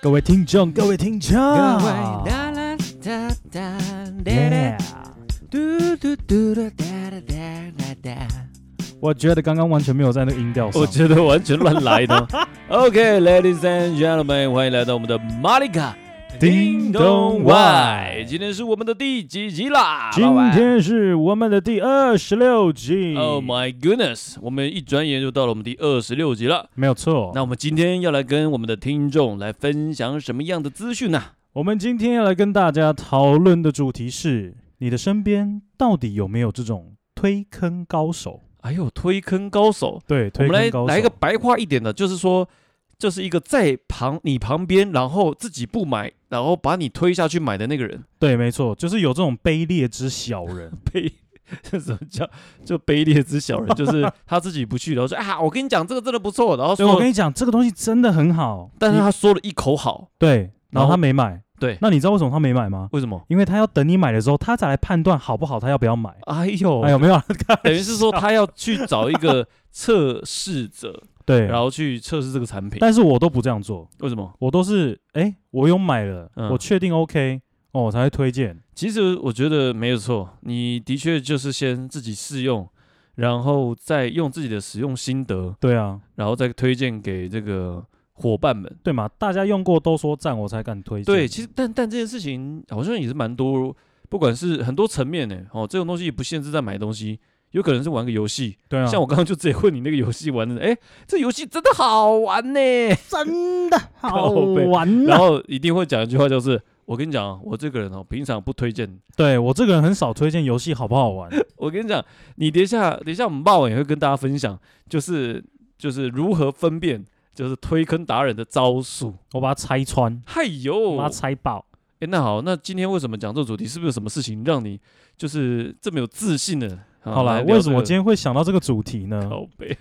各位听众，各位听众，各位哒啦哒哒哒哒 Yeah 嘟嘟嘟嘟哒哒哒哒哒。我觉得刚刚完全没有在那个音调上， 我觉得完全乱来的。OK，ladies、and gentlemen，欢迎来到我们的玛丽卡叮咚外，外今天是我们的第几集啦？今天是我们的第二十六集， ，Oh my goodness，我们一转眼就到了我们第二十六集了。没有错。那我们今天要来跟我们的听众来分享什么样的资讯呢、啊我们今天要来跟大家讨论的主题是：你的身边到底有没有这种推坑高手？哎呦，推坑高手，对，我推们来坑高手。来一个白话一点的，就是说，就是一个在旁你旁边，然后自己不买，然后把你推下去买的那个人。对，没错，就是有这种卑劣之小人。卑， 这怎么叫？就卑劣之小人， 就是他自己不去，然后说啊，我跟你讲，这个真的不错，然后对，说我跟你讲，这个东西真的很好，但是你他说了一口好，对，然然后后他没买。对，那你知道为什么他没买吗？为什么？因为他要等你买的时候，他才来判断好不好，他要不要买。哎呦，哎，有没有？等于是说他要去找一个测试者，对，然后去测试这个产品，但是我都不这样做，为什么？我都是哎、我有买了，嗯我确定 OK，哦，我才会推荐。其实我觉得没有错，你的确就是先自己试用，然后再用自己的使用心得，对啊，然后再推荐给这个伙伴们。对嘛，大家用过都说赞，我才敢推荐。对，其实但但这件事情好像也是蛮多，不管是很多层面呢，哦，这种东西也不限制在买东西，有可能是玩个游戏，对啊，像我刚刚就直接问你那个游戏玩的，哎，这游戏真的好玩呢，真的好靠背玩呐、然后一定会讲一句话，就是我跟你讲啊，我这个人哦，平常不推荐，对我这个人很少推荐游戏好不好玩，我跟你讲，你等一下等一下我们傍晚也会跟大家分享，就是就是如何分辨。就是推坑达人的招数，我把它拆穿，嗨我呦把它！拆爆。哎、那好，那今天为什么讲这个主题？是不是有什么事情让你就是这么有自信呢？啊好来啦，聊为什么这个今天会想到这个主题呢？靠背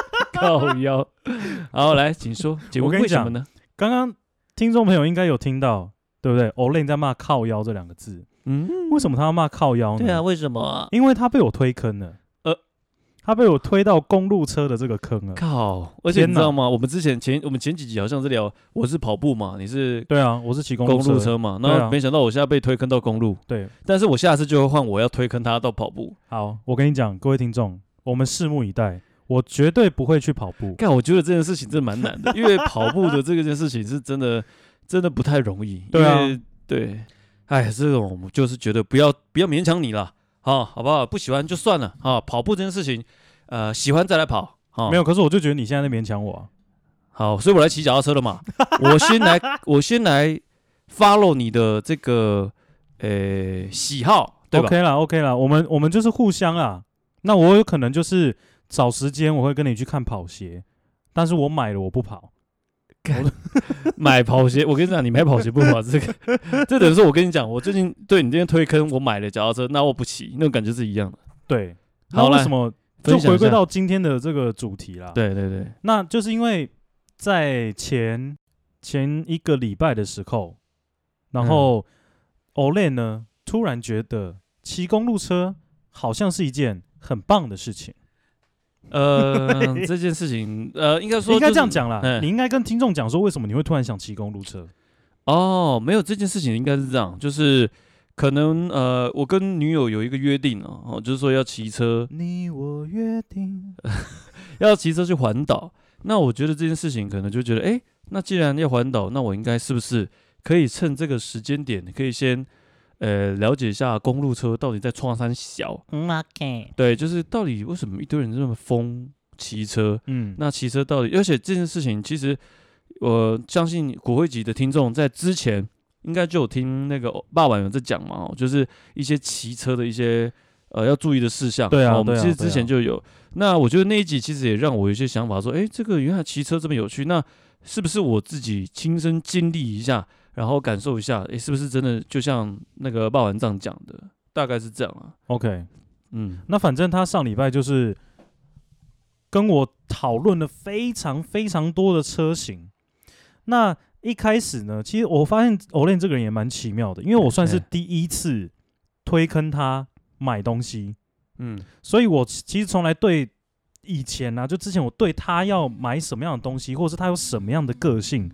靠腰？好，来，请说，请我问跟你为什讲么呢？刚刚听众朋友应该有听到，对不对？Olay 在骂“靠腰”这两个字，嗯，为什么他要骂“靠腰”呢？，啊为什么？因为他被我推坑了。呃，他被我推到公路车的这个坑了。靠！而且你天知哪道吗？我们之前前我们前几集好像是聊我是跑步嘛，你是对啊，我是骑公公车。路车嘛，对那啊没想到我现在被推坑到公路，对，但是我下次就会换我要推坑他到跑步。好，我跟你讲，各位听众，我们拭目以待。我绝对不会去跑步。干，我觉得这件事情真的蛮难的，因为 跑步的这个件事情是真的真的不太容易。对啊因为，对，哎，这种我就是觉得不要不要勉强你了，啊，好不好？不喜欢就算了啊。跑步这件事情，呃，喜欢再来跑啊。没有，可是我就觉得你现在在勉强我、啊。好，所以我来骑脚踏车了 嘛。我先来，我先来 follow 你的这个呃喜好，对吧 OK 啦，OK 啦，我们我们就是互相啊。那我有可能就是找时间，我会跟你去看跑鞋，但是我买了我不跑。买跑鞋，我跟你讲，你买跑鞋不跑这个， 这等于说我跟你讲，我最近对你今天推坑，我买了脚踏车，那我不骑，那种感觉是一样的。对，那好为了什，么就分享回一归下到今天的这个主题啦？，对对对，那就是因为在前前一个礼拜的时候，然后嗯 Olay 呢突然觉得骑公路车好像是一件很棒的事情，呃，这件事情，呃，应该说应该就是这样讲啦。嗯你应该跟听众讲说，为什么你会突然想骑公路车？哦，没有这件事情应该是这样，就是可能呃，我跟女友有一个约定哦，哦就是说要骑车，你我约定，要骑车去环岛。那我觉得这件事情可能就觉得，哎，那既然要环岛，那我应该是不是可以趁这个时间点，可以先呃了解一下公路车到底在创山小？嗯 OK，对，就是到底为什么一堆人这么疯骑车？嗯，那骑车到底，而且这件事情其实，我相信骨灰级的听众在之前应该就有听那个爸爸有在讲嘛，哦，就是一些骑车的一些呃要注意的事项。对啊哦我们对啊其实对之前啊就有。那我觉得那一集其实也让我有一些想法，说，诶，这个原来骑车这么有趣，那是不是我自己亲身经历一下，然后感受一下，诶，是不是真的就像那个霸王藏讲的，大概是这样啊。 OK，嗯，那反正他上礼拜就是跟我讨论了非常非常多的车型。那一开始呢，其实我发现 Olen 这个人也蛮奇妙的，因为我算是嗯第一次推坑他买东西，嗯， 所以我其其实从来对以前啊，就之前我对他要买什么样的东西，或者是他有什么样的个性，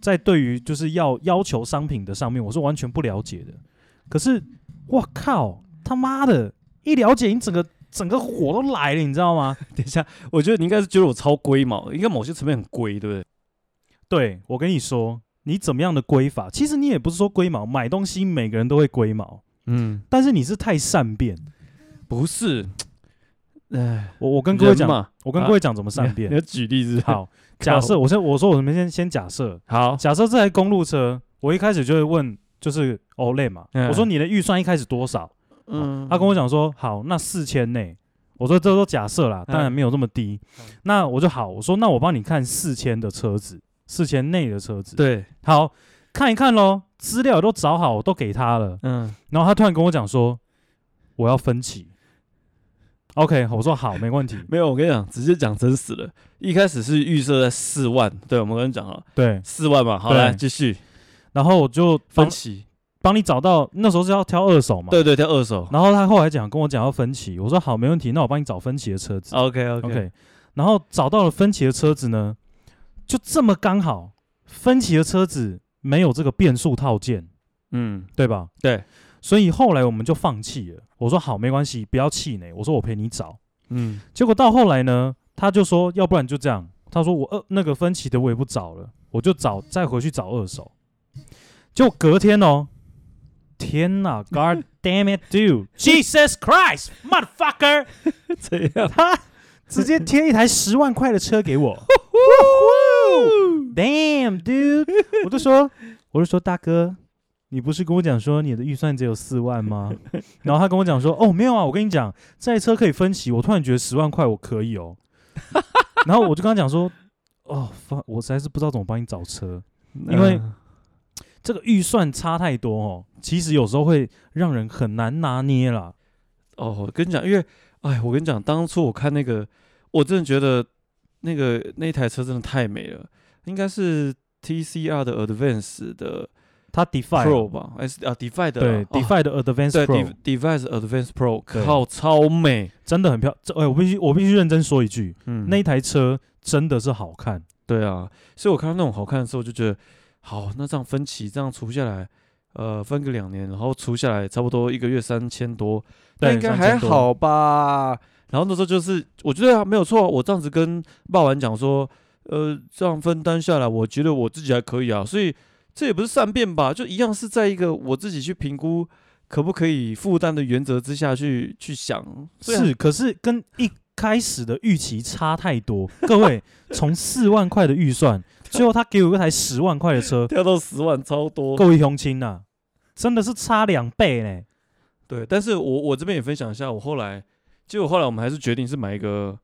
在对于就是要要求商品的上面，我是完全不了解的。可是，我靠，他妈的，一了解你整个整个火都来了，你知道吗？ 等一下，我觉得你应该是觉得我超龟毛，应该某些层面很龟，对不对？对我跟你说，你怎么样的龟法？其实你也不是说龟毛，买东西每个人都会龟毛，嗯，但是你是太善变。不是，哎，我我跟各位人讲，嘛，我跟啊各位讲怎么善你 变。要举例子，好，假设我先我说我们先先假设，好，假设这台公路车，我一开始就会问，就是 Olay 嘛，嗯我说你的预算一开始多少？嗯，他跟我讲说，好，那四千内。我说这都假设啦，当然嗯没有这么低。那我就好，我说那我帮你看四千的车子，四千内的车子。，对，好看一看咯，资料也都找好，我都给他了。嗯，然后他突然跟我讲说，我要分期。OK，我说好，没问 题。没有，我跟你讲，直接讲真实的，一开始是预设在四万，对我们刚刚讲了对，四万嘛，好对来继续然后我就帮分期，帮你找到，那时候是要挑二手嘛。。对对，挑二手然后他后来讲跟我讲要分期，我说好，没问题，那我帮你找分期的车子。 ，OK 哦 OK， OK，然后找到了分歧的车子呢，就这么刚好，分歧的车子没有这个变速套件，嗯，对吧？对，所以后来我们就放弃了。我说好，没关系，不要气馁。我说我陪你找。嗯，结果到后来呢，他就说，要不然就这样。他说我呃那个分歧的我也不找了，我就找再回去找二手。就隔天哦，天哪，God damn it, dude, Jesus Christ, motherfucker！这样，他直接贴一台十万块的车给我，Damn dude！我就说，我就说大哥，你不是跟我讲说你的预算只有四万 吗？然后他跟我讲说，哦没有啊，我跟你讲，这台车可以分期，我突然觉得十万块我可以哦。 然后我就跟他讲说，哦，fuck，我实在是不知道怎么帮你找车，因为嗯这个预算差太多哦，其实有时候会让人很难拿捏啦。哦，我跟你讲，因为，哎，我跟你讲，当初我看那个，我真的觉得那个那台车真的太美了，应该是 TCR 的 Advance 的他 Defi Pro 吧，还是啊 Defi 的对、哦 Defi 的 Advanced 对 Pro， Dev- Device Advance Pro，对靠，超美，真的很漂这哎、我必须我必须认真说一句，嗯那一台车真的是好看。对啊，所以我看到那种好看的时候，我就觉得好，那这样分期这样除下来，呃，分个两年，然后除下来差不多一个月三千多，那对应该还3000多好吧？然后那时候就是，我觉得啊，没有错啊，我这样子跟霸王讲说，呃，这样分担下来，我觉得我自己还可以啊，所以这也不是善变吧？就一样是在一个我自己去评估可不可以负担的原则之下去去想，所以是，可是跟一开始的预期差太多。 各位，从四万块的预 算，最后他给我一台十万块的车，跳到十万超多，各位兄亲呐、啊真的是差两倍呢。对，但是我我这边也分享一下，我后来，结果后来我们还是决定是买一个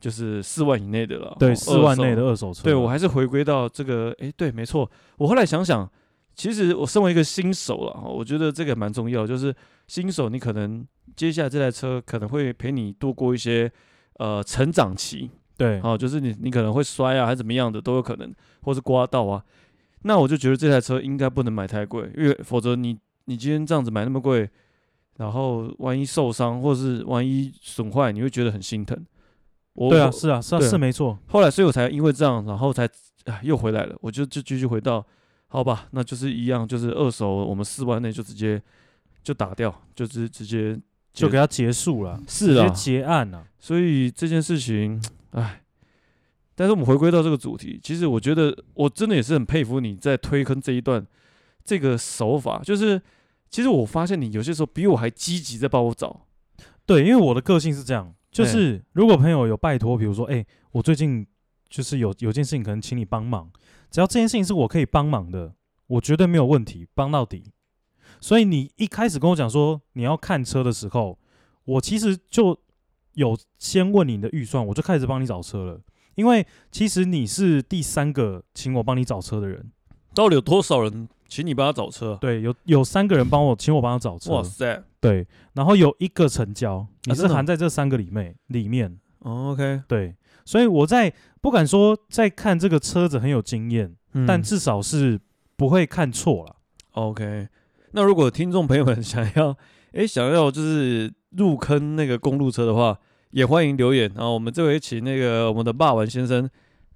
就是四万以内的了，对，哦四万内的。二手二手车，啊对我还是回归到这个，诶，对，没错。我后来想想，其实我身为一个新手了，哦我觉得这个蛮重要，就是新手你可能接下来这台车可能会陪你度过一些呃成长期，对哦，就是你你可能会摔啊，还是怎么样的都有可能，或是刮到啊。那我就觉得这台车应该不能买太贵，因为否则你你今天这样子买那么贵，然后万一受伤或是万一损坏，你会觉得很心疼。我对啊，我是啊，是啊，对啊是没错。后来，所以我才因为这样，然后才啊又回来了。我就就继续回到，好吧，那就是一样，就是二手，我们四万内就直接就打掉，就直直接就给他结束了，是直接啊，结案了、所以这件事情，唉，但是我们回归到这个主题，其实我觉得我真的也是很佩服你在推坑这一段这个手法，就是其实我发现你有些时候比我还积极在帮我找，对，因为我的个性是这样，就对是如果朋友有拜托，比如说，哎、我最近就是有有件事情，可能请你帮忙，只要这件事情是我可以帮忙的，我绝对没有问题，帮到底。所以你一开始跟我讲说你要看车的时候，我其实就有先问你的预算，我就开始帮你找车了。因为其实你是第三个请我帮你找车的人，到底有多少人请你帮他找车？对，有有三个人帮我请我帮他找车哇，塞对，然后有一个成交，你真是的哦含在这三个里面里面，哦，OK，对，所以我在不敢说在看这个车子很有经验，嗯但至少是不会看错了。 OK，那如果听众朋友们 想要，诶，想要就是入坑那个公路车的话，也欢迎留言啊。我们这回请那个我们的霸王先生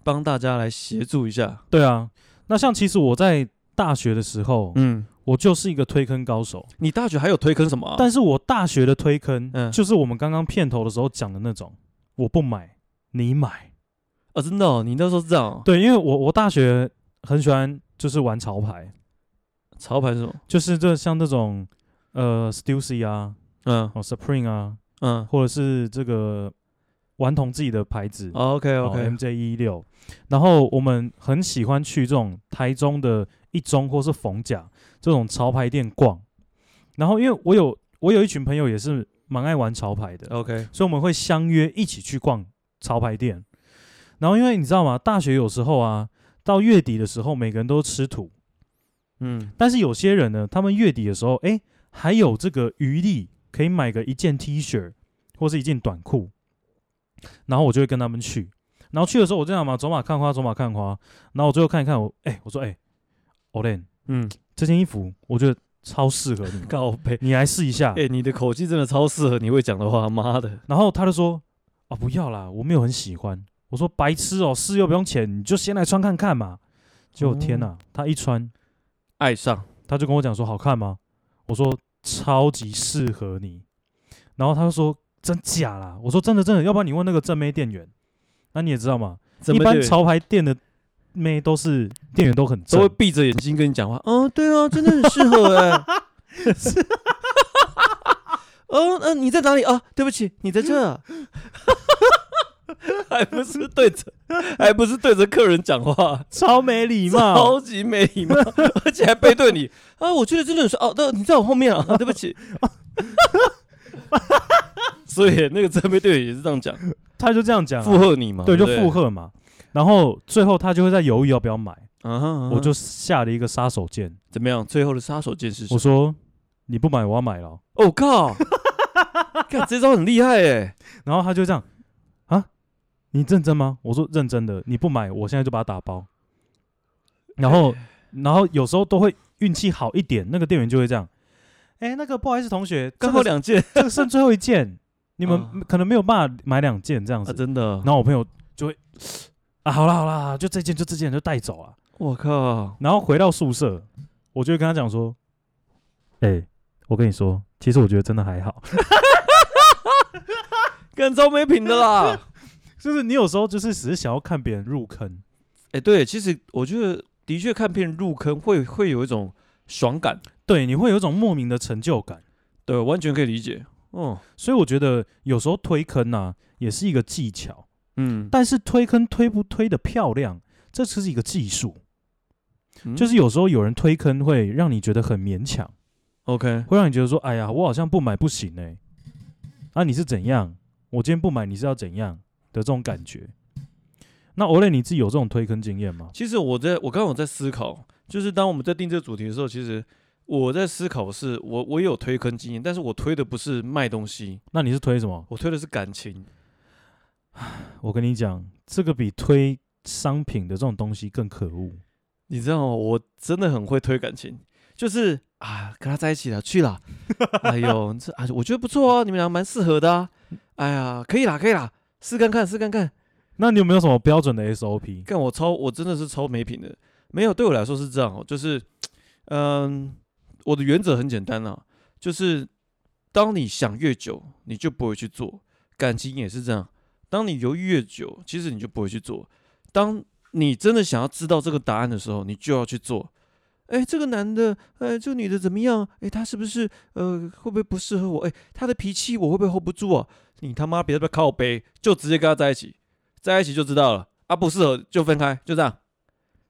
帮大家来协助一下。对啊，那像其实我在大学的时候，嗯，我就是一个推坑高手，你大学还有推坑什么啊、但是我大学的推坑，嗯就是我们刚刚片头的时候讲的那种，我不买你买，哦，真的、哦，你那时候是这样哦、对，因为我我大学很喜欢就是玩潮牌，潮牌是什么？就是这像这种呃 Stussy 啊，嗯哦 Supreme 啊，嗯、或者是这个顽童自己的牌子。哦、，OK OK，、 MJ 一 E 六，然后我们很喜欢去这种台中的一中或是逢甲这种潮牌店逛，然后因为我有我有一群朋友也是蛮爱玩潮牌的， OK，所以我们会相约一起去逛潮牌店。然后因为你知道吗，大学有时候啊，到月底的时候每个人都吃土，嗯，但是有些人呢，他们月底的时候，哎，还有这个余力可以买个一件 T 恤或是一件短裤，然后我就会跟他们去。然后去的时候，我这样嘛，走马看花，走马看花。然后我最后看一看，我哎，我说哎 o l e n 嗯，这件衣服我觉得超适合你， 告白。你来试一下 哎、。你的口气真的超适合你会讲的话，妈的！然后他就说啊，不要啦，我没有很喜欢。我说白痴哦，试又不用钱，你就先来穿看看嘛。结果天哪，他一穿，爱上，他就跟我讲说好看吗？我说超级适合你。然后他就说真假啦？我说真的真的，要不然你问那个正妹店员。那你也知道嘛，怎一么般对潮牌店的妹都是店员都很都会正，闭着眼睛跟你讲话。嗯，对啊，真的很适合哎、 哦，嗯、你在哪里啊？对不起，你在这儿， 还不是对着，还不是对着客人讲话，超没礼貌。超级没礼 貌，而且还背对你啊！我觉得真的很帅哦，对，你在我后面啊， 对不起。所以那个正面队也是这样讲，他就这样讲啊、附和你嘛，对，不就附。和嘛。然后最后他就会在犹豫要不要买，啊哈，啊哈我就下了一个杀手锏。怎么样？最后的杀手锏是什我么？说你不买我要买了哦，我靠！ 看这招很厉害哎，然后他就这样啊，你认真吗？我说认真的，你不买我现在就把它打包。然后哎然后有时候都会运气好一点，那个店员就会这样，哎、那个不好意思同学，刚刚好好两件这个哦剩最后一件，你啊们可能没有办法买两件这样啊，子。真的然。后我朋友就会啊，好啦好啦，就这件就这件就带走啊。我靠！然后回到宿舍，我就会跟他讲说：“哎、我跟你说，其实我觉得真的还好。 干招没品 的啦。就是你有时候就是只是想要看别人入坑，哎，对，其实我觉得的确看片入坑会会有一种爽感，对，你会有一种莫名的成就感。对，完全可以理解。哦，所以我觉得有时候推坑啊，也是一个技巧，嗯，但是推坑推不推的漂亮，这只是一个技术。嗯就是有时候有人推坑会让你觉得很勉强， OK，会让你觉得说，哎呀，我好像不买不行哎、啊，你是怎样？我今天不买，你是要怎样的这种感觉？那 Olay 你自己有这种推坑经验吗？其实我在我刚刚有在思考，就是当我们在定这个主题的时候，其实我在思考是我我也有推坑经验，但是我推的不是卖东西，那你是推什么？我推的是感情。我跟你讲，这个比推商品的这种东西更可恶。你知道吗？我真的很会推感情，就是啊，跟他在一起了，去了，哎呦，这啊，我觉得不错啊，你们俩蛮适合的啊，哎呀，可以啦，可以啦，试看看，试看看，那你有没有什么标准的 SOP？看我超，我真的是超没品的，没有，对我来说是这样哦，就是，嗯，我的原则很简单啊，就是当你想越久，你就不会去做，感情也是这样，当你犹豫越久，其实你就不会去做，当你真的想要知道这个答案的时候，你就要去做。哎，这个男的，哎，这个女的怎么样？哎，他是不是呃，会不会不适合我？哎，他的脾气我会不会 hold 不住啊？你他妈别再靠背，就直接跟他在一起，在一起就知道了。啊，不适合就分开，就这样。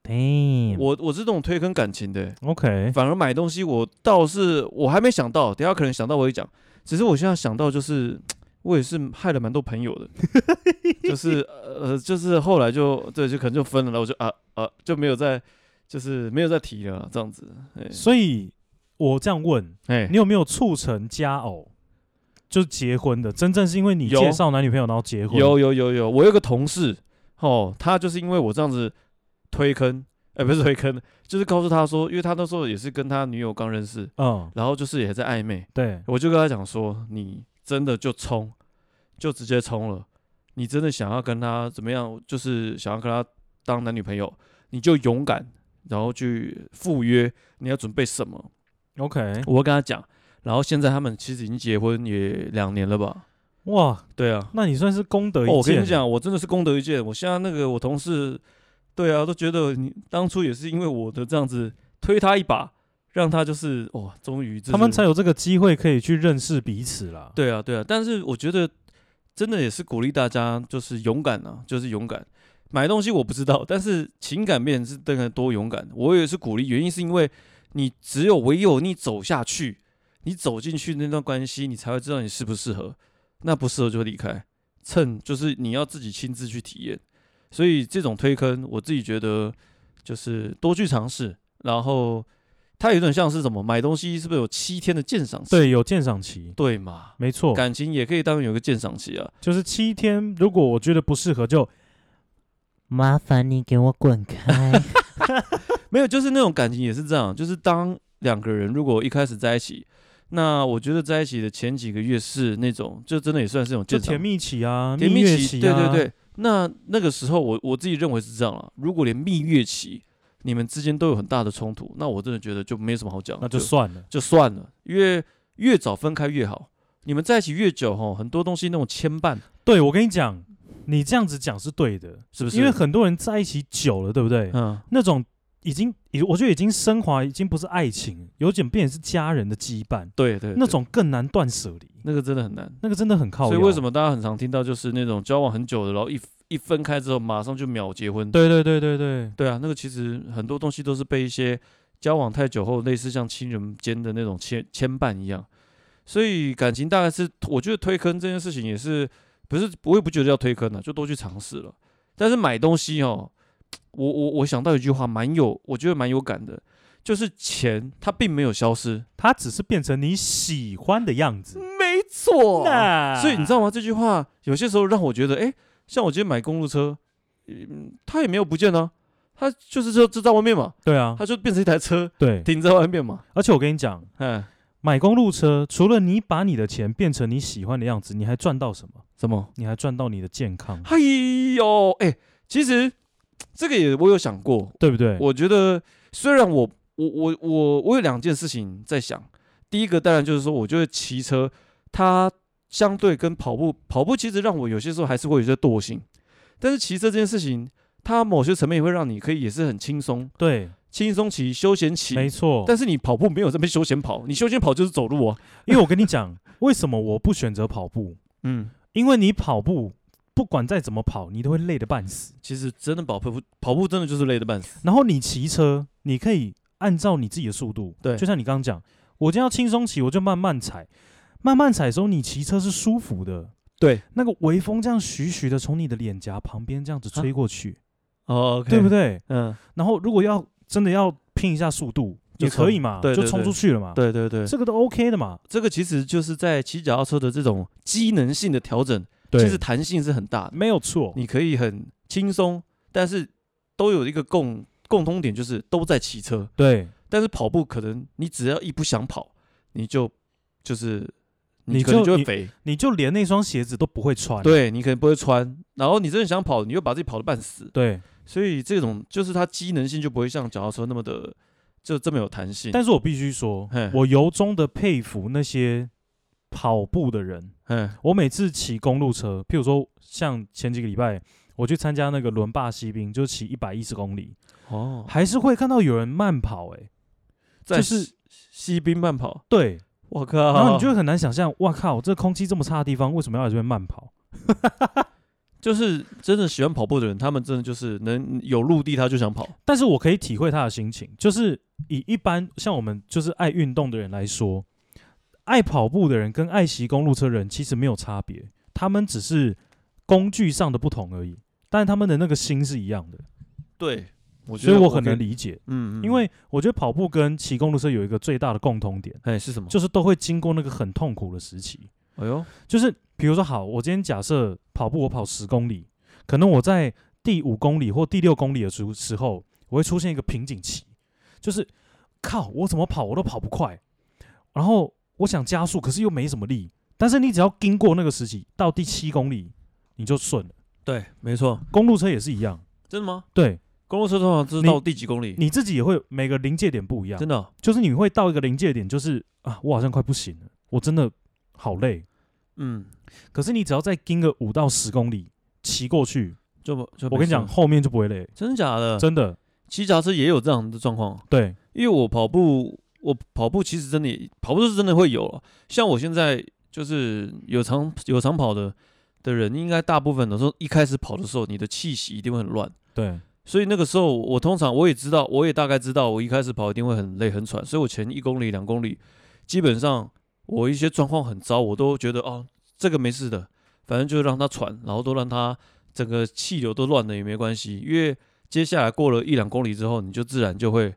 Damn，我我是这种推坑感情的、 OK，反而买东西我倒是我还没想到，等一下可能想到我会讲。只是我现在想到就是，我也是害了蛮多朋友 的，就是呃就是后来就对就可能就分了，然后我就啊啊就没有再就是没有再提了这样子。哎所以我这样问，哎你，有没有促成佳偶，就是结婚的？真正是因为你有介绍男女朋友然后结婚？有有有有，我有个同事哦，他就是因为我这样子推坑，哎、不是推坑，就是告诉他说，因为他那时候也是跟他女友刚认识，嗯，然后就是也在暧昧，对，我就跟他讲说，你真的就冲，就直接冲了。你真的想要跟他怎么样，就是想要跟他当男女朋友，你就勇敢，然后去赴约，你要准备什么， ，OK，我会跟他讲。然后现在他们其实已经结婚也两年了吧？哇，对啊，那你算是功德一件。哦，我跟你，讲，我真的是功德一件。我现在那个我同事，对啊，都觉得你当初也是因为我的这样子推他一把，让他就是哇，终于就是他们才有这个机会可以去认识彼此啦。对啊，对啊，但是我觉得真的也是鼓励大家，就是勇敢啊，就是勇敢。买东西我不知道，但是情感面是真的多勇敢。我也是鼓励，原因是因为你只有唯有你走下去，你走进去那段关系，你才会知道你适不适合。那不适合就离开，趁就是你要自己亲自去体验。所以这种推坑，我自己觉得就是多去尝试，然后它有点像是什么买东西，是不是有七天的鉴赏期？对，有鉴赏期，对嘛？没错，感情也可以当有个鉴赏期啊。就是七天。如果我觉得不适合，就麻烦你给我滚 开！没有，就是那种感情也是这样，就是当两个人如果一开始在一起，那我觉得在一起的前几个月是那种，就真的也算是一种就鉴赏甜蜜期啊，甜蜜蜜月期，对啊，对对。那那个时候我我自己认为是这样了，如果连蜜月期你们之间都有很大的冲突，那我真的觉得就没什么好讲，那就算了。就算了，越越早分开越好。你们在一起越久吼，很多东西那种牵绊，对我跟你讲，你这样子讲是对的，是不是？因为很多人在一起久了，对不对？嗯，那种已经，已我觉得已经升华，已经不是爱情，有点变成是家人的羁绊，对对对那种更难断舍离，那个真的很难。那个真的很靠。所以为什？么大家很常听到就是那种交往很久的，然后一一分开之后马上就秒结婚？对对对对对，对啊，那个其实很多东西都是被一些交往太久后，类似像亲人间的那种牵牵绊一样。所以感情大概是，我觉得推坑这件事情也是不是我也不觉得要推坑啊了、就多去尝试了。但是买东西哦，我我我想到一句话，蛮有我觉得蛮有感的，就是钱它并没有消失，它只是变成你喜欢的样子。没错那所以你知道吗？这句话有些时候让我觉得，哎、像我今天买公路车，嗯，它也没有不见啊，它就是说就在外面嘛，对啊，它就变成一台车对，停在外面嘛，而且我跟你讲，哎，买公路车，除了你把你的钱变成你喜欢的样子，你还赚到什么？什么？你还赚到你的健康，哎呦，哎、其实这个也我有想过，对不对？我觉得虽然我我我我我有两件事情在想，第一个当然就是说，我觉得骑车它相对跟跑步，跑步其实让我有些时候还是会有一些惰性，但是骑车这件事情，它某些层面也会让你可以也是很轻松，对，轻松骑，休闲骑。没错。 但是你跑步没有这么休闲跑，你休闲跑就是走路啊。因为我跟你讲，为什么我不选择跑步？嗯，因为你跑步，不管再怎么跑，你都会累得半死。其实真的跑步跑步真的就是累得半死。然后你骑车，你可以按照你自己的速度，对就像你刚刚讲，我今天要轻松骑，我就慢慢踩，慢慢踩的时候，你骑车是舒服的，对，那个微风这样徐徐的从你的脸颊旁边这样子啊吹过去，哦，OK，对不？对？嗯，然后如果要真的要拼一下速度，就也可以嘛，冲对对就冲出去了嘛，对对对，这个都 OK 的嘛，这个其实就是在骑脚踏车的这种机能性的调整，其实弹性是很大的，没有错，你可以很轻松，但是都有一个共共通点，就是都在骑车。对，但是跑步可能你只要一不想跑，你就就是你可能就就会你肥，你就连那双鞋子都不会穿，对你可能不会穿，然后你真的想跑，你又把自己跑得半死，对，所以这种就是它机能性就不会像脚踏车那么的就这么有弹性。但是我必须说嘿，我由衷的佩服那些跑步的人。嗯我每次骑公路车，譬如说像前几个礼拜，我去参加那个伦霸西兵，就骑一百一十公里，哦，还是会看到有人慢跑、欸，在就是西西滨慢跑，对，我靠，然后你就会很难想象，哇靠，这空气这么差的地方，为什么要来这边慢跑？就是真的喜欢跑步的人，他们真的就是能有陆地他就想跑。但是我可以体会他的心情，就是以一般像我们就是爱运动的人来说，爱跑步的人跟爱骑公路车的人其实没有差别，他们只是工具上的不同而已，但他们的那个心是一样的，对，我嗯觉所得以我很可以能，理解。嗯，嗯因为我觉得跑步跟骑公路车有一个最大的共同点，哎是什么？就是都会经过那个很痛苦的时期。哎呦，就是比如说，好，我今天假设跑步我跑十公里，可能我在第五公里或第六公里的时时候，我会出现一个瓶颈期，就是靠，我怎么跑我都跑不快，然后我想加速，可是又没什么力。但是你只要经过那个时期，到第七公里你就顺了。对，没错，公路车也是一样，真的吗？对，公路车通常这是你到第几公里？你自己也会每个临界点不一样真，的哦、就是你会到一个临界点，就是啊，我好像快不行了，我真的好累。嗯，可是你只要再跟个五到十公里骑过去，就不就我跟你讲，没事，嗯后面就不会累，真的假的？真的。骑脚踏车也有这样的状况，哦对，因为我跑步，我跑步其实真的也跑步是真的会有啊，像我现在就是有长有长跑的的人，应该大部分的时候一开始跑的时候，你的气息一定会很乱。对，所以那个时候，我通常我也知道，我也大概知道，我一开始跑一定会很累很喘，所以我前一公里、两公里，基本上我一些状况很糟，我都觉得哦，这个没事的，反正就让它喘，然后都让它整个气流都乱了也没关系，因为接下来过了一两公里之后，你就自然就会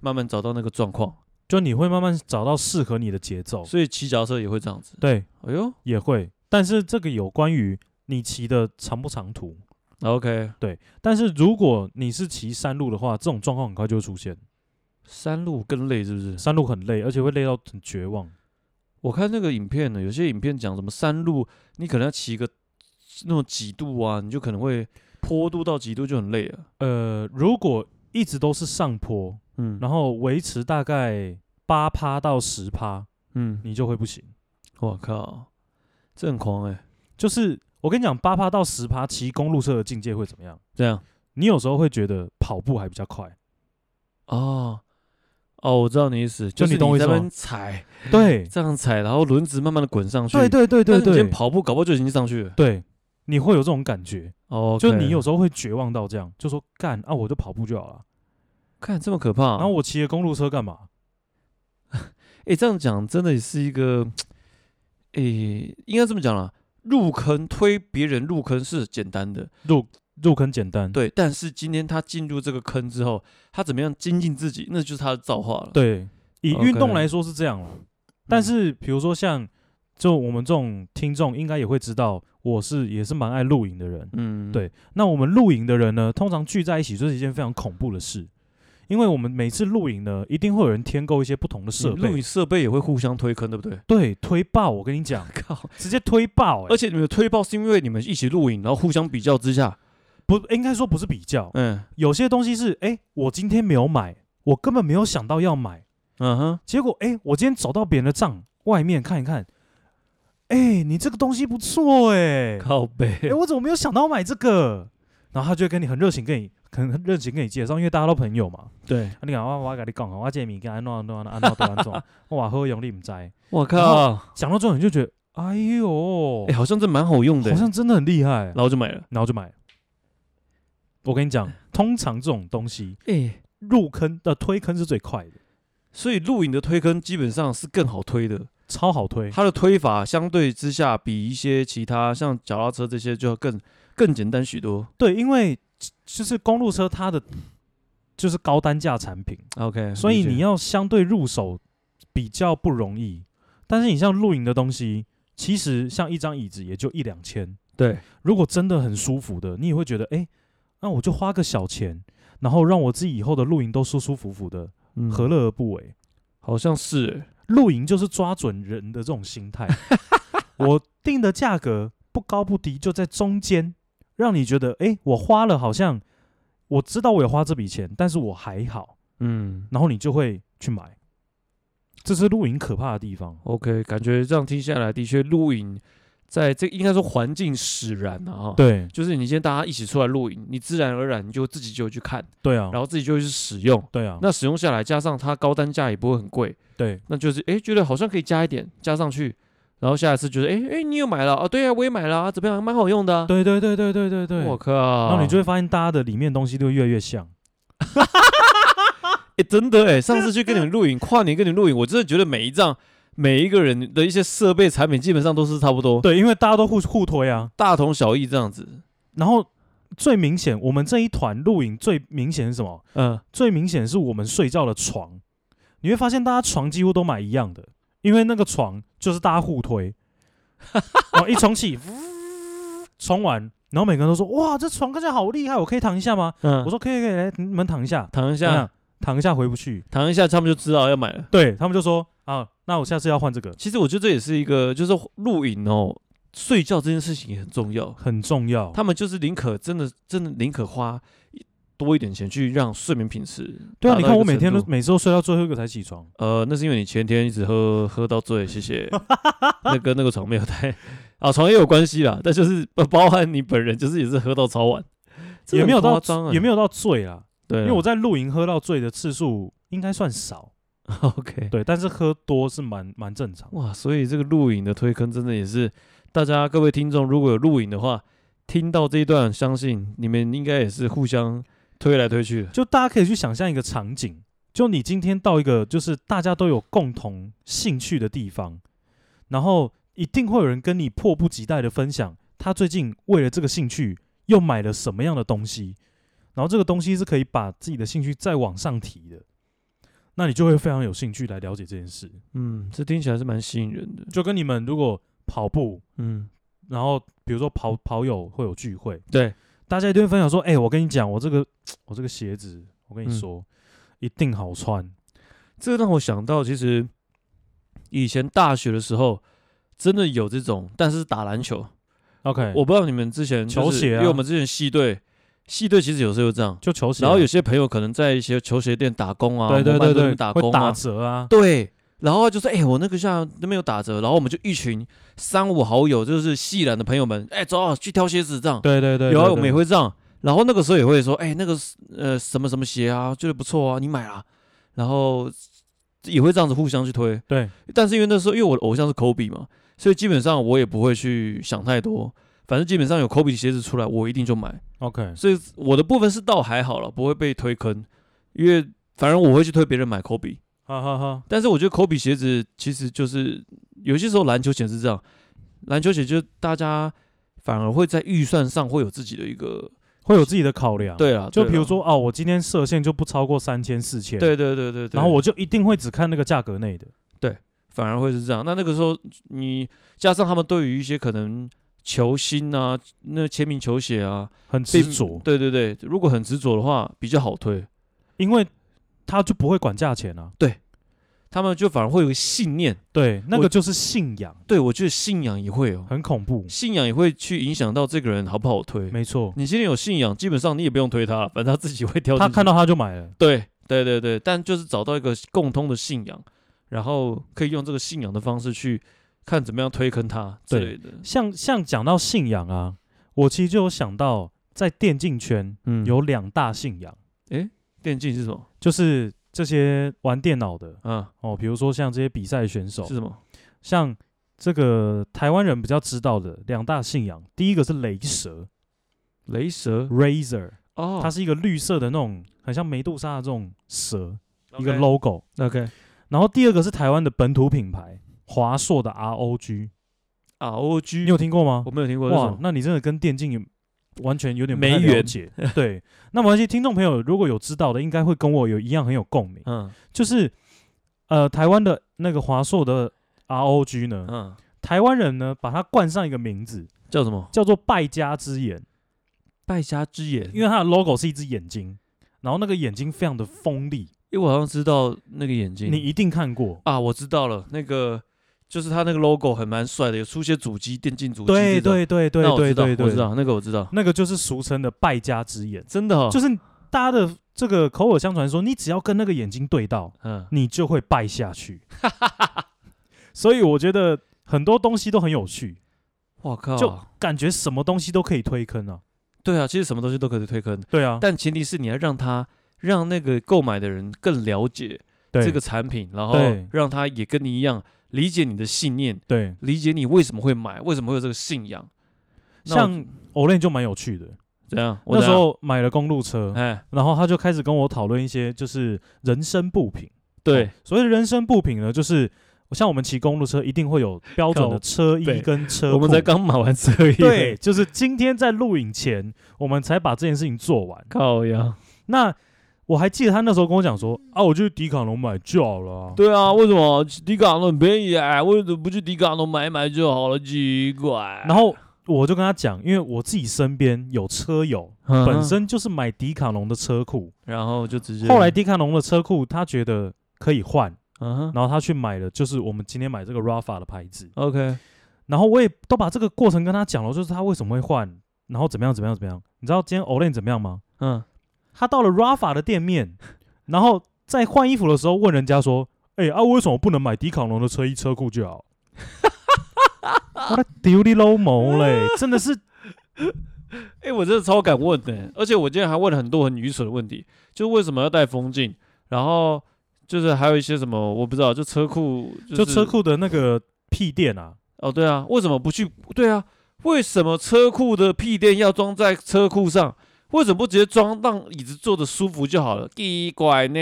慢慢找到那个状况，就你会慢慢找到适合你的节奏。所以骑脚踏车也会这样子。对，哎呦也会，但是这个有关于你骑的长不长途。 ，OK，但是如果你是骑山路的话，这种状况很快就会出现。山路更累是不是？山路很累，而且会累到很绝望。我看那个影片呢，有些影片讲什么山路，你可能要骑个那种几度啊，你就可能会坡度到几度就很累了。呃，如果一直都是上坡，嗯然后维持大概八趴到十趴，嗯，你就会不行。我靠，这很狂哎、就是我跟你讲，八趴到十趴骑公路车的境界会怎么样？这样你有时候会觉得跑步还比较快，嗯哦哦，我知道你意思，就就是你懂我意在思那吗边踩，对，这样踩，然后轮子慢慢的滚上去。对对对对但是你今天对，跑步搞不好就已经上去了。对，你会有这种感觉，哦，就你有时候会绝望到这样，就说干啊，我就跑步就好了，看这么可怕、啊然后我骑个公路车干嘛？哎、这样讲真的是一个，哎、应该这么讲啦，入坑推别人入坑是简单的，入入坑简单，对，但是今天他进入这个坑之后，他怎么样精进自己，那就是他的造化了。，对，以运动 OK 嗯来说是这样了，但是比如说像就我们这种听众应该也会知道，我是也是蛮爱露营的人，嗯，对那我们露营的人呢，通常聚在一起就是一件非常恐怖的事，因为我们每次露营呢，一定会有人添购一些不同的设设备，录影备，设备也会互相推坑，对不 对？对，推爆，我跟你讲，靠！直接推爆、欸，而且你们推爆是因为你们一起录影，然后互相比较之下，不应该说不是比较，嗯有些东西是，哎、我今天没有买，我根本没有想到要买，嗯哼，结果，哎、我今天找到别人的账外面看一看，哎、你这个东西不错、哎，靠背哎、我怎么没有想到买这个？然后他就会跟你很热情，跟你很很热情跟你介绍，因为大家都朋友嘛。对，啊、你讲我我跟你讲哦，我这物件安怎安怎安怎安怎安怎， 我话好用你唔知。我靠，然哎、讲到这种你就觉得，哎呦，好像这蛮好用的好欸，像真的很厉害，然后就买了。然后就买了。我跟你讲，通常这种东西哎、入坑的、呃推坑是最快的，所以录影的推坑基本上是更好推的，超好推。它的推法相对之下比一些其他像脚踏车这些就要更更简单许多。对，因为就是公路车它的就是高单价产品， OK，所以你要要相对入手比较不容易。但是你像露营的东西，其实像一张椅子也就一两千，对如果真的很舒服的，你也会觉得，哎、那我就花个小钱，然后让我自己以后的露营都舒舒服服的，嗯何乐而不为？好像是、欸。露营就是抓准人的这种心 态，我定的价格不高不低，就在中间，让你觉得，哎、我花了好像我知道我有花这笔钱，但是我还好，嗯然后你就会去买。这是露营可怕的地方， ，OK，感觉这样听下来，的确露营在这应该说环境使然啊，哈，对就是你今天大家一起出来露营，你自然而然你就自己就会去看，对啊然，后自己就会去使用。对啊，那使用下来，加上它高单价也不会很贵，对那就是诶觉得好像可以加一点加上去，然后下一次就是诶诶你有买了啊？对啊，我也买了啊，怎么样，蛮好用的、啊。对对对对对对对，我然靠！后你就会发现大家的里面东西都越来越像。哎、真的哎、 上次去跟你们露营，跨年跟你们露营，我真的觉得每一张每一个人的一些设备产品基本上都是差不多，对，因为大家都互互推啊。大同小异这样子。然后最明显，我们这一团露营最明显是什么？嗯，最明显是我们睡觉的床，你会发现大家床几乎都买一样的，因为那个床就是大家互推，然后一冲起， 冲完，然后每个人都说：“哇，这床看起来好厉害，我可以躺一下吗？”嗯，我说：“可以，可以，来，你们躺一下，躺一躺一下下，，躺一下回不去。躺一下，他们就知道要买了”。对他们就说：“啊，那我下次要换这个，其实我觉得这也是一个，就是露营哦，睡觉这件事情也很重要。很重要。”他们就是宁可真的真的宁可花多一点钱去让睡眠品质对啊，达你到看一我个每天程都度每次都睡到最后一个才起床，呃，那是因为你前天一直喝喝到醉，谢 谢。那跟那个床没有太啊，床也有关系啦，但就是包包含你本人就是也是喝到超晚，这也没有很夸到张啊，也没有有到醉啦，对啊，因为我在露营喝到醉的次数应该算少， OK 对，但是喝多是蛮蛮正常。哇，所以这个录影的推坑真的也是大家各位听众如果有录影的话，听到这一段，相信你们应该也是互相推来推去的。就大家可以去想象一个场景，就你今天到一个就是大家都有共同兴趣的地方，然后一定会有人跟你迫不及待的分享他最近为了这个兴趣又买了什么样的东西，然后这个东西是可以把自己的兴趣再往上提的，那你就会非常有兴趣来了解这件事。嗯，这听起来是蛮吸引人的。就跟你们如果跑步，嗯，然后比如说跑跑友会有聚会，对，大家一定会分享说：“哎、我跟你讲，我这个我这个鞋子，我跟你嗯说，一定好穿。这让我想到，其实以前大学的时候，真的有这种，但是打篮球，” OK，我不知道你们之前就是球鞋啊因为我们之前系队，系队其实有时候这样，就球鞋啊，然后有些朋友可能在一些球鞋店打工啊，对对摩曼对顿那边对，打会工打啊，折啊，对。然后就说，哎、我那个下那边有打折，然后我们就一群三五好友，就是系篮的朋友们，哎、走、啊、去挑鞋子这样。对对对，有啊，对我们也，会这样。然后那个时候也会说，哎、那个是呃什么什么鞋啊，觉得不错啊，你买啦。然后也会这样子互相去推。对，但是因为那时候因为我的偶像是 Kobe 嘛，所以基本上我也不会去想太多。反正基本上有 Kobe 鞋子出来，我一定就买。对 OK，所以我的部分是倒还好了，不会被推坑，因为反正我会去推别人买 Kobe。哈哈哈，但是我觉得 Kobe 鞋子其实就是有些时候篮球鞋是这样，篮球鞋就大家反而会在预算上会有自己的一个会有自己的考量，，对啊，就对比如啦，说哦，我今天射线就不超过三千四千，，对对对对对，然后我就啊一定会只看那个价格内的，反而会是这样。那那个时候你加上他们对于一些可能球星啊，那签名球鞋啊，很执着，对对对，如果很执着的话，比较好推。因为他就不会管价钱啊，他们就反而会有个信念，对，那我个就是信仰，对我觉得信仰也会哦，很恐怖，信仰也会去影响到这个人好不好推。没错，你今天有信仰，基本上你也不用推他了，反正他自己会挑进去。他看到他就买了，对对对对，但就是找到一个共通的信仰，然后可以用这个信仰的方式去看怎么样推坑他之对类的。像像讲到信仰啊，我其实就有想到在电竞圈嗯有两大信仰，电竞是什么？就是这些玩电脑的啊，哦，比如说像这些比赛选手是，什么？像这个台湾人比较知道的两大信仰，第一个是雷蛇雷蛇 （Razor），嗯哦，它是一个绿色的那种，很像梅杜莎的这种蛇，是一个 logo。 OK 然后第二个是台湾的本土品牌华硕的 ROG，你 ROG，有听过吗啊我？没有听过这哇种，。那你真的跟电竞有完全有点不没太了缘 解。对，那没关系，听众朋友如果有知道的，应该会跟我有一样很有共鸣，嗯就是呃，台湾的那个华硕的 ROG 呢，嗯，台湾人呢把它冠上一个名字，叫什么？叫做败家之眼，败家之眼。因因为为它的 logo 是一只眼睛，然后那个眼睛非常的锋利，因为我好像知道那个眼镜，你一定看过。啊，我知道了，那个就是他那个 logo 很蛮帅的，有出一些主机、电竞主机对这种。对对对那我对知道对我对，知道那个我知道，那个就是俗称的败家之眼，真的哦，就是是大家的这个口耳相传说，你只要跟那个眼睛对到，嗯，你就会败下 去。所以我觉得很多东西都很有趣，我靠，就感觉什么东西都可以推坑啊。对啊，其实什么东西都可以推坑，对啊，但前提是你要让他让那个购买的人更了解对这个产品，然后对让他也跟你一样理解你的信念，对，理解你为什么会买，为什么会有这个信仰。那我像 Olen 就蛮有趣的，怎样？我那怎时样候买了公路车，哎，然后他就开始跟我讨论一些就是人生步频。对哦，所谓的人生步频呢，就是像我们骑公路车一定会有标准靠的车衣对跟车我们裤才刚买完这一，呃对，，就是今天在录影前，我们才把这件事情做完。靠呀，那我还记得他那时候跟我讲说啊，我去迪卡侬买就好了啊、对啊，为什么迪卡侬很便宜啊？为什么不去迪卡侬买一买就好了？奇怪。然后我就跟他讲，因为我自己身边有车友，嗯本，身就是买迪卡侬的车库，然后就直接后来，迪卡侬的车库他觉得可以换，嗯哼然后他去买了，就是我们今天买这个 Rafa 的牌子。 ，OK，然后我也都把这个过程跟他讲了，就是他为什么会换，然后怎么样怎么样怎么样。你知道今天 Olen 怎么样吗？嗯，他到了 Rafa 的店面，然后在换衣服的时候问人家说：“哎、啊，为什么不能买迪卡侬的车衣车裤就 好？”我的丢你老毛嘞，真的是哎、我真的超敢问的、而且我今天还问了很多很愚蠢的问题，就是为什么要戴风镜，然后就是还有一些什么我不知道，就车库、就是车库的那个屁垫啊，哦，对啊，为什么不去？对啊，为什么车库的屁垫要装在车库上？为什么不直接装让椅子坐的舒服就好了？奇怪呢？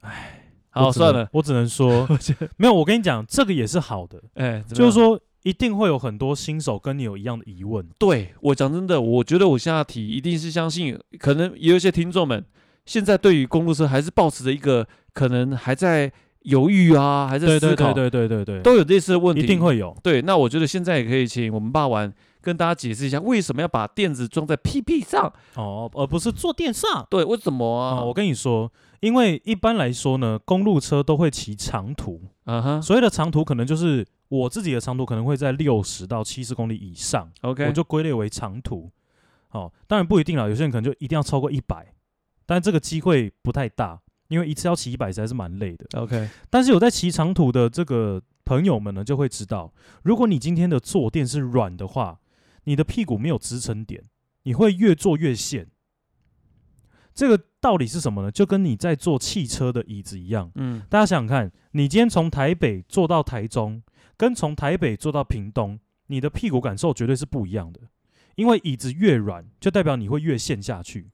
哎，好我只能算了，，我只能 说没有。我跟你讲，这个也是好的，哎，怎么就是样说一定会有很多新手跟你有一样的疑问。对我讲真的，我觉得我下题一定是相信，可能也有一些听众们现在对于公路车还是保持着一个可能还在犹豫啊，还在对思对考，对对对对对，都有类似的问题，一定。会有。对，那我觉得现在也可以请我们霸王跟大家解释一下，为什么要把垫子装在屁屁上？哦，而不是坐垫上对，为什么啊、啊？我跟你说，因为一般来说呢，公路车都会骑长途，啊哈所谓的长途可能就是我自己的长途可能会在六十到七十公里以上， ，OK，我就归类为长途。哦，当然不一定啦，有些人可能就一定要超过一百，但这个机会不太大，因为一次要骑一百实在是蛮累的。 OK，但是有在骑长途的这个朋友们呢，就会知道，如果你今天的坐垫是软的话，你的屁股没有支撑点，你会越坐越陷。这个道理是什么呢？就跟你在坐汽车的椅子一样，嗯，大家想想看，你今天从台北坐到台中，跟从台北坐到屏东，你的屁股感受绝对是不一样的。因为椅子越软，就代表你会越陷下去，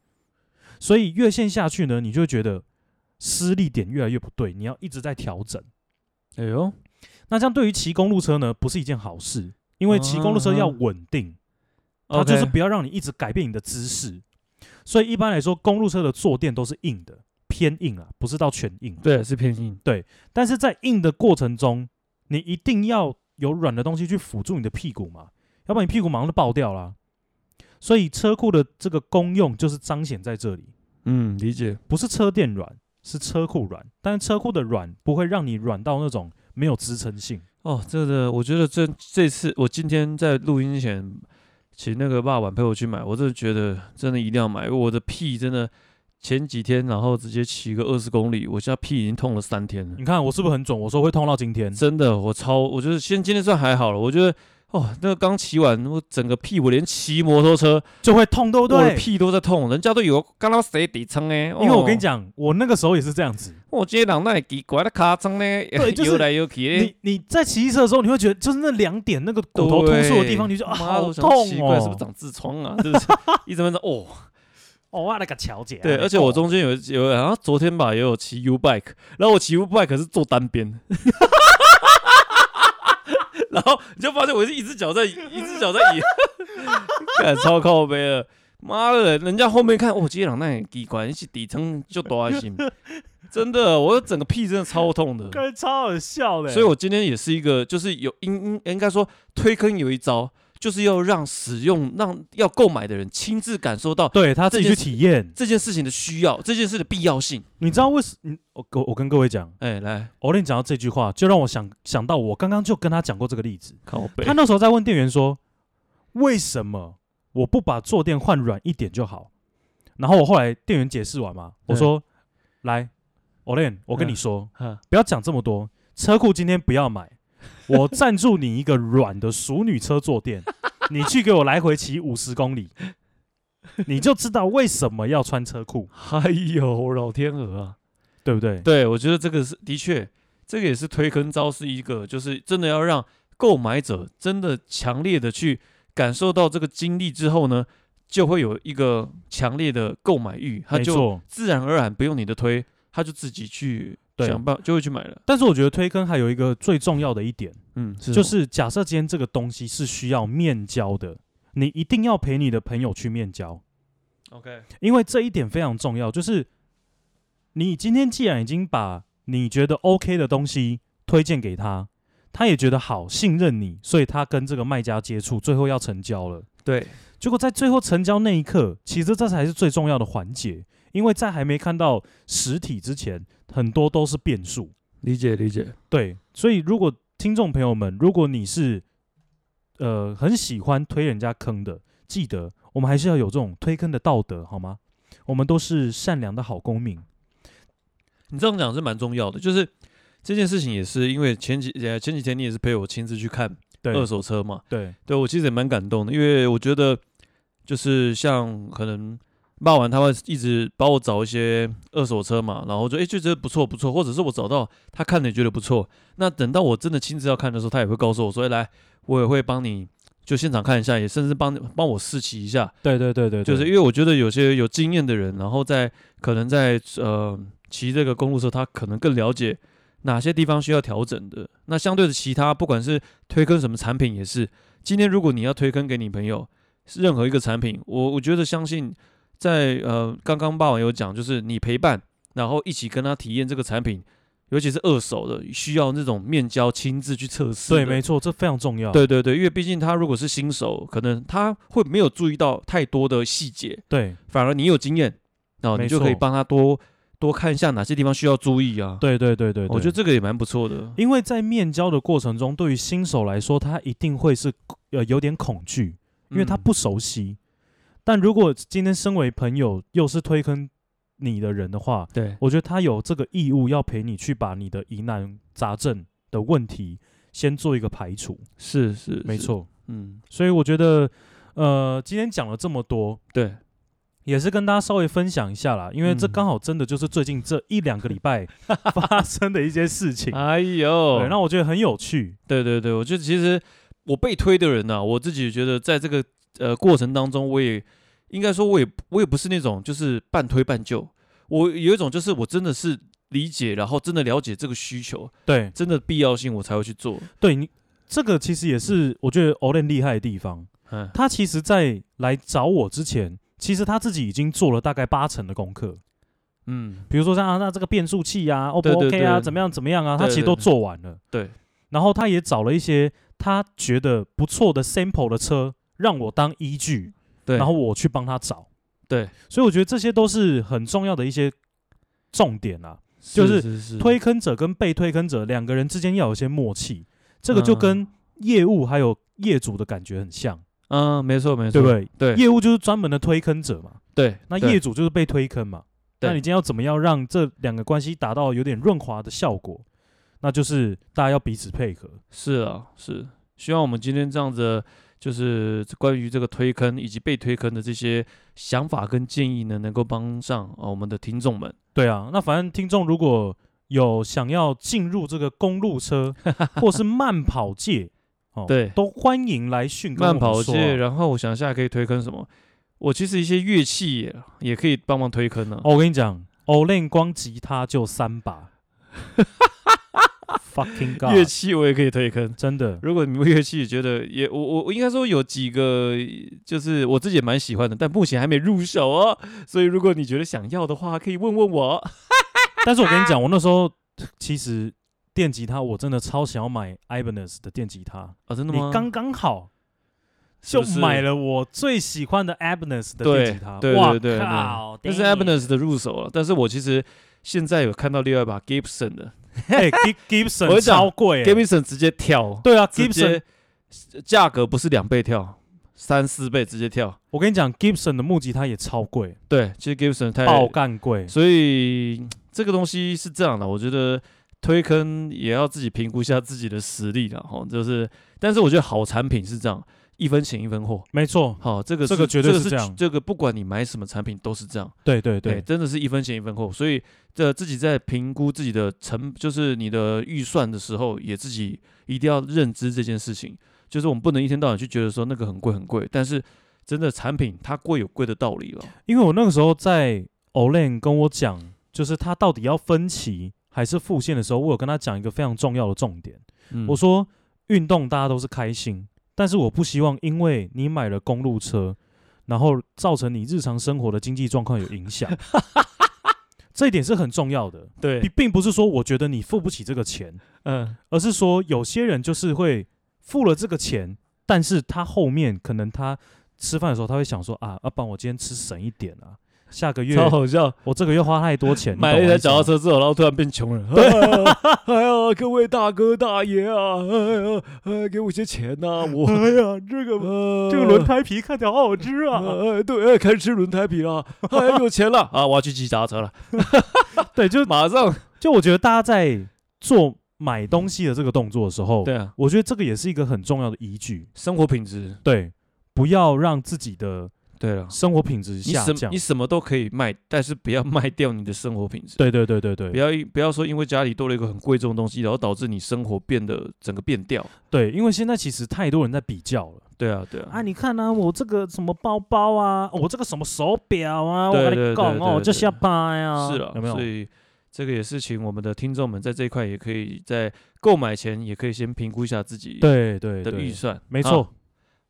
所以越陷下去呢，你就会觉得施力点越来越不对，你要一直在调整。哎呦，那这样对于骑公路车呢，不是一件好事，因为骑公路车要稳定，它就是 OK 不要让你一直改变你的姿势。所以一般来说，公路车的坐垫都是硬的，偏硬啊，不是到全硬。对，是偏硬，但是在硬的过程中，你一定要有软的东西去辅助你的屁股嘛，要不然你屁股马上就爆掉啦。所以车库的这个功用就是彰显在这里，嗯，理解，不是车垫软，是车库软。但是车库的软不会让你软到那种没有支撑性。哦，真的，我觉得这这次我今天在录音前请那个爸爸陪我去买，我真的觉得真的一定要买，因为我的屁真的前几天然后直接骑个二十公里，我现在屁已经痛了三天了，你看我是不是很准？我说会痛到今天，真的，哦我超，我觉得先今天算还好了，我觉得哦，那个刚骑完，我整个屁我连骑摩托车，就会痛，哦对不我的对？屁都在痛，人家都有刚刚谁底撑哎，因为我跟你哦，讲，我那个时候也是这样子。我今天人那也奇怪的卡撑呢，对就是游来游去的。你你在骑车的时候，你会觉得就是那两点那个骨头突出的地方，对你就啊妈的好我想痛奇怪，是不是哦！长痔疮啊？是不是一直问着 哦？哦，我那个乔姐啊，对，而且我中间有有，然后昨天吧也有骑 U bike，然后我骑 U bike 是坐单边， 然后你就发现我是一只脚在一只脚在移，看超靠背了。妈的，人家后面看，哦，接朗那很奇怪，是底层就多心， 真的，我整个屁真的超痛的。跟超好笑的欸。所以我今天也是一个，就是有应应应该说推坑有一招，就是要让使用让要购买的人亲自感受到对他自己去这件体验。这件事情的需要，这件事的必要性。你知道为什？嗯我我我跟各位讲，哎，来我跟你讲到这句话，就让我想想到我刚刚就跟他讲过这个例子。靠背他那时候在问店员说：“为什么我不把坐垫换软一点就好？”然后我后来店员解释完嘛，我说：“来 o l e n 我跟你嗯说，啊，不要讲这么多，车库今天不要 买，我赞助你一个软的熟女车坐 垫，你去给我来回骑五十公里，你就知道为什么要穿车库，哎呦，老天鹅啊！对不对？对，我觉得这个是的确，这个也是推坑招是一个，就是真的要让购买者真的强烈的去感受到这个经历之后呢，就会有一个强烈的购买欲，他没就错。自然而然不用你的推，他就自己去对想办就会去买了。但是我觉得推坑还有一个最重要的一点，嗯，就就是假设今天这个东西是需要面交的，你一定要陪你的朋友去面交， OK，因为这一点非常重要。就是你今天既然已经把你觉得 OK 的东西推荐给他，他也觉得好，信任你，所以他跟这个卖家接触，最后要成交了。对，结果在最后成交那一刻，其实这才是最重要的环节，因为在还没看到实体之前，很多都是变数。理解理解，对，所以如果听众朋友们，如果你是呃很喜欢推人家坑的，记得我们还是要有这种推坑的道德，好吗？我们都是善良的好公民。你这样讲是蛮重要的，就是这件事情也是因为前几呃前几天你也是陪我亲自去看对二手车嘛，对对我其实也蛮感动的，因为我觉得就是像可能骂完他会一直帮我找一些二手车嘛，然后就诶就觉得不错不错，或者是我找到他看了也觉得不错，那等到我真的亲自要看的时候，他也会告诉我说，诶来我也会帮你就现场看一下，也甚至帮帮我试骑一下，对对对对，就是对因为我觉得有些有经验的人，然后在可能在呃骑这个公路的时候，他可能更了解哪些地方需要调整的。那相对的，其他不管是推坑什么产品也是，今天如果你要推坑给你朋友是任何一个产品，我我觉得相信在呃刚刚霸王有讲，就是你陪伴，然后一起跟他体验这个产品，尤其是二手的，需要那种面交亲自去测试的。对，没错，这非常重要。对对对，因为毕竟他如果是新手，可能他会没有注意到太多的细节，对反而你有经验，哦，没你就可以错帮他多多看一下哪些地方需要注意啊。对对对对，我觉对得这个也蛮不错的。因为在面交的过程中，对于新手来说，他一定会是呃有点恐惧，因为他嗯不熟悉。但如果今天身为朋友又是推坑你的人的话，对我觉得他有这个义务要陪你去把你的疑难杂症的问题先做一个排除。是是没，是错，嗯，所以我觉得呃今天讲了这么多。对，也是跟大家稍微分享一下啦，因为这嗯刚好真的就是最近这一两个礼 拜发生的一些事情，哎呦对，让我觉得很有趣。对对对，我觉得其实我被推的人呐、啊我自己觉得在这个呃过程当中，我也应该说，我也我也不是那种就是半推半就，我有一种就是我真的是理解，然后真的了解这个需求，对，真的必要性，我才会去做。对你这个其实也是我觉得 Olen 厉害的地方。嗯，他其实，在来找我之前，其实他自己已经做了大概八成的功课，嗯，比如说像啊，那这个变速器啊，O 不对对 OK 啊，对怎么样怎么样啊，对他对其实都做完了。对，然后他也找了一些他觉得不错的 sample 的车让我当依据，对，然后我去帮他找。对，所以我觉得这些都是很重要的一些重点啊。就是是是是推坑者跟被推坑者两个人之间要有一些默契，这个就嗯跟业务还有业主的感觉很像，嗯，没错没错，对不对？对业务就是专门的推坑者嘛，对，那对业主就是被推坑嘛。对那你今天要怎么样让这两个关系达到有点润滑的效果？那就是大家要彼此配合。是啊是，希望我们今天这样子。就是关于这个推坑以及被推坑的这些想法跟建议呢，能够帮上啊我们的听众们。对啊，那反正听众如果有想要进入这个公路 车或是慢跑界，哦，对都欢迎来讯跟我们慢跑说界，啊然后我想一下可以推坑什么？我其实一些乐器也也可以帮忙推坑呢、啊哦，我跟你讲，Olen 光吉他就三把，fucking god，乐器我也可以推坑。真的，如果你们乐器觉得也我我我应该说有几个就是我自己也蛮喜欢的，但目前还没入手哦。所以如果你觉得想要的话，可以问问我。但是我跟你讲，我那时候其实电吉他我真的超想要买 Ibanez 的电吉他，啊，真的你吗？刚刚好是就不是买了我最喜欢的 Ibanez 的对电吉他，对哇对对，靠，那是 damn Abners 的入手了。但是我其实现在有看到另外一把 Gibson 的哎，Gib- 我 Gibson 跟你讲超贵欸， ，Gibson 直接跳， 对啊直，Gibson，接价格不是两倍跳，三四倍直接跳。我跟你讲，Gibson 的木吉他也超贵，对，其实 Gibson 太爆干贵，所以这个东西是这样的，我觉得推坑也要自己评估一下自己的实力了哈。就是，但是我觉得好产品是这样，一分钱一分货。没错，好，这个这是个绝对这个是这样这个不管你买什么产品都是这样，对对对，对真的是一分钱一分货。所以这自己在评估自己的成，就是你的预算的时候，也自己一定要认知这件事情。就是我们不能一天到晚去觉得说那个很贵很贵，但是真的产品它贵有贵的道 理了。因为我那个时候在 Olen 跟我讲，就是他到底要分歧还是复线的时候，我有跟他讲一个非常重要的重点。嗯我说，运动大家都是开心，但是我不希望因为你买了公路车，然后造成你日常生活的经济状况有影 响。这一点是很重要的，对并，并不是说我觉得你付不起这个钱，嗯，而是说有些人就是会付了这个钱，但是他后面可能他吃饭的时候他会想说啊，要、不然我今天吃省一点啊，下个月超好笑。我这个月花太多钱，你买了懂一我台意思脚踏吗，车之后，然后突然变 穷人。 对，哎呀，各位大哥大爷啊，哎呀，哎，给我些钱呐、我哎呀，这个呃 这个轮胎皮看起来好好吃啊！呃，对， 哎开始吃轮胎皮了， 哎，有钱了啊，我要去骑脚踏 车了，对，就 马上。就我觉得大家在做买东西的这个动作的时候，对啊，我觉得这个也是一个很重要的依据。生活品质。对，不要让自己的对了，生活品质你下什降你。什么都可以卖，但是不要卖掉你的生活品质。对对对对对不要因不要说因为家里多了一个很贵重的东西，然后导致你生活变得整个变调。对，因为现在其实太多人在比较了对啊，对啊，啊！你看啊，我这个什么包包啊，我这个什么手表啊，我对跟对你讲对哦，对我就对下巴呀，是了，有没有所？以这个也是请我们的听众们在这一块也可以在购买前也可以先评估一下自己对对的预对，算。没好错。。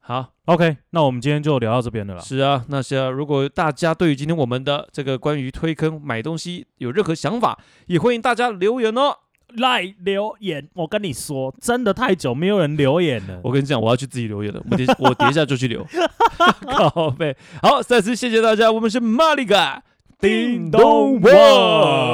好， OK，那我们今天就聊到这边的了啦。是啊，那是啊。如果大家对于今天我们的这个关于推坑买东西有任何想法，也欢迎大家留言哦。赖留言，我跟你说，真的太久没有人留言了。 我跟你讲，我要去自己留言了，我等一我等一下就去留。 靠背，好，再次谢谢大家，我们是玛丽嘎，叮咚 world。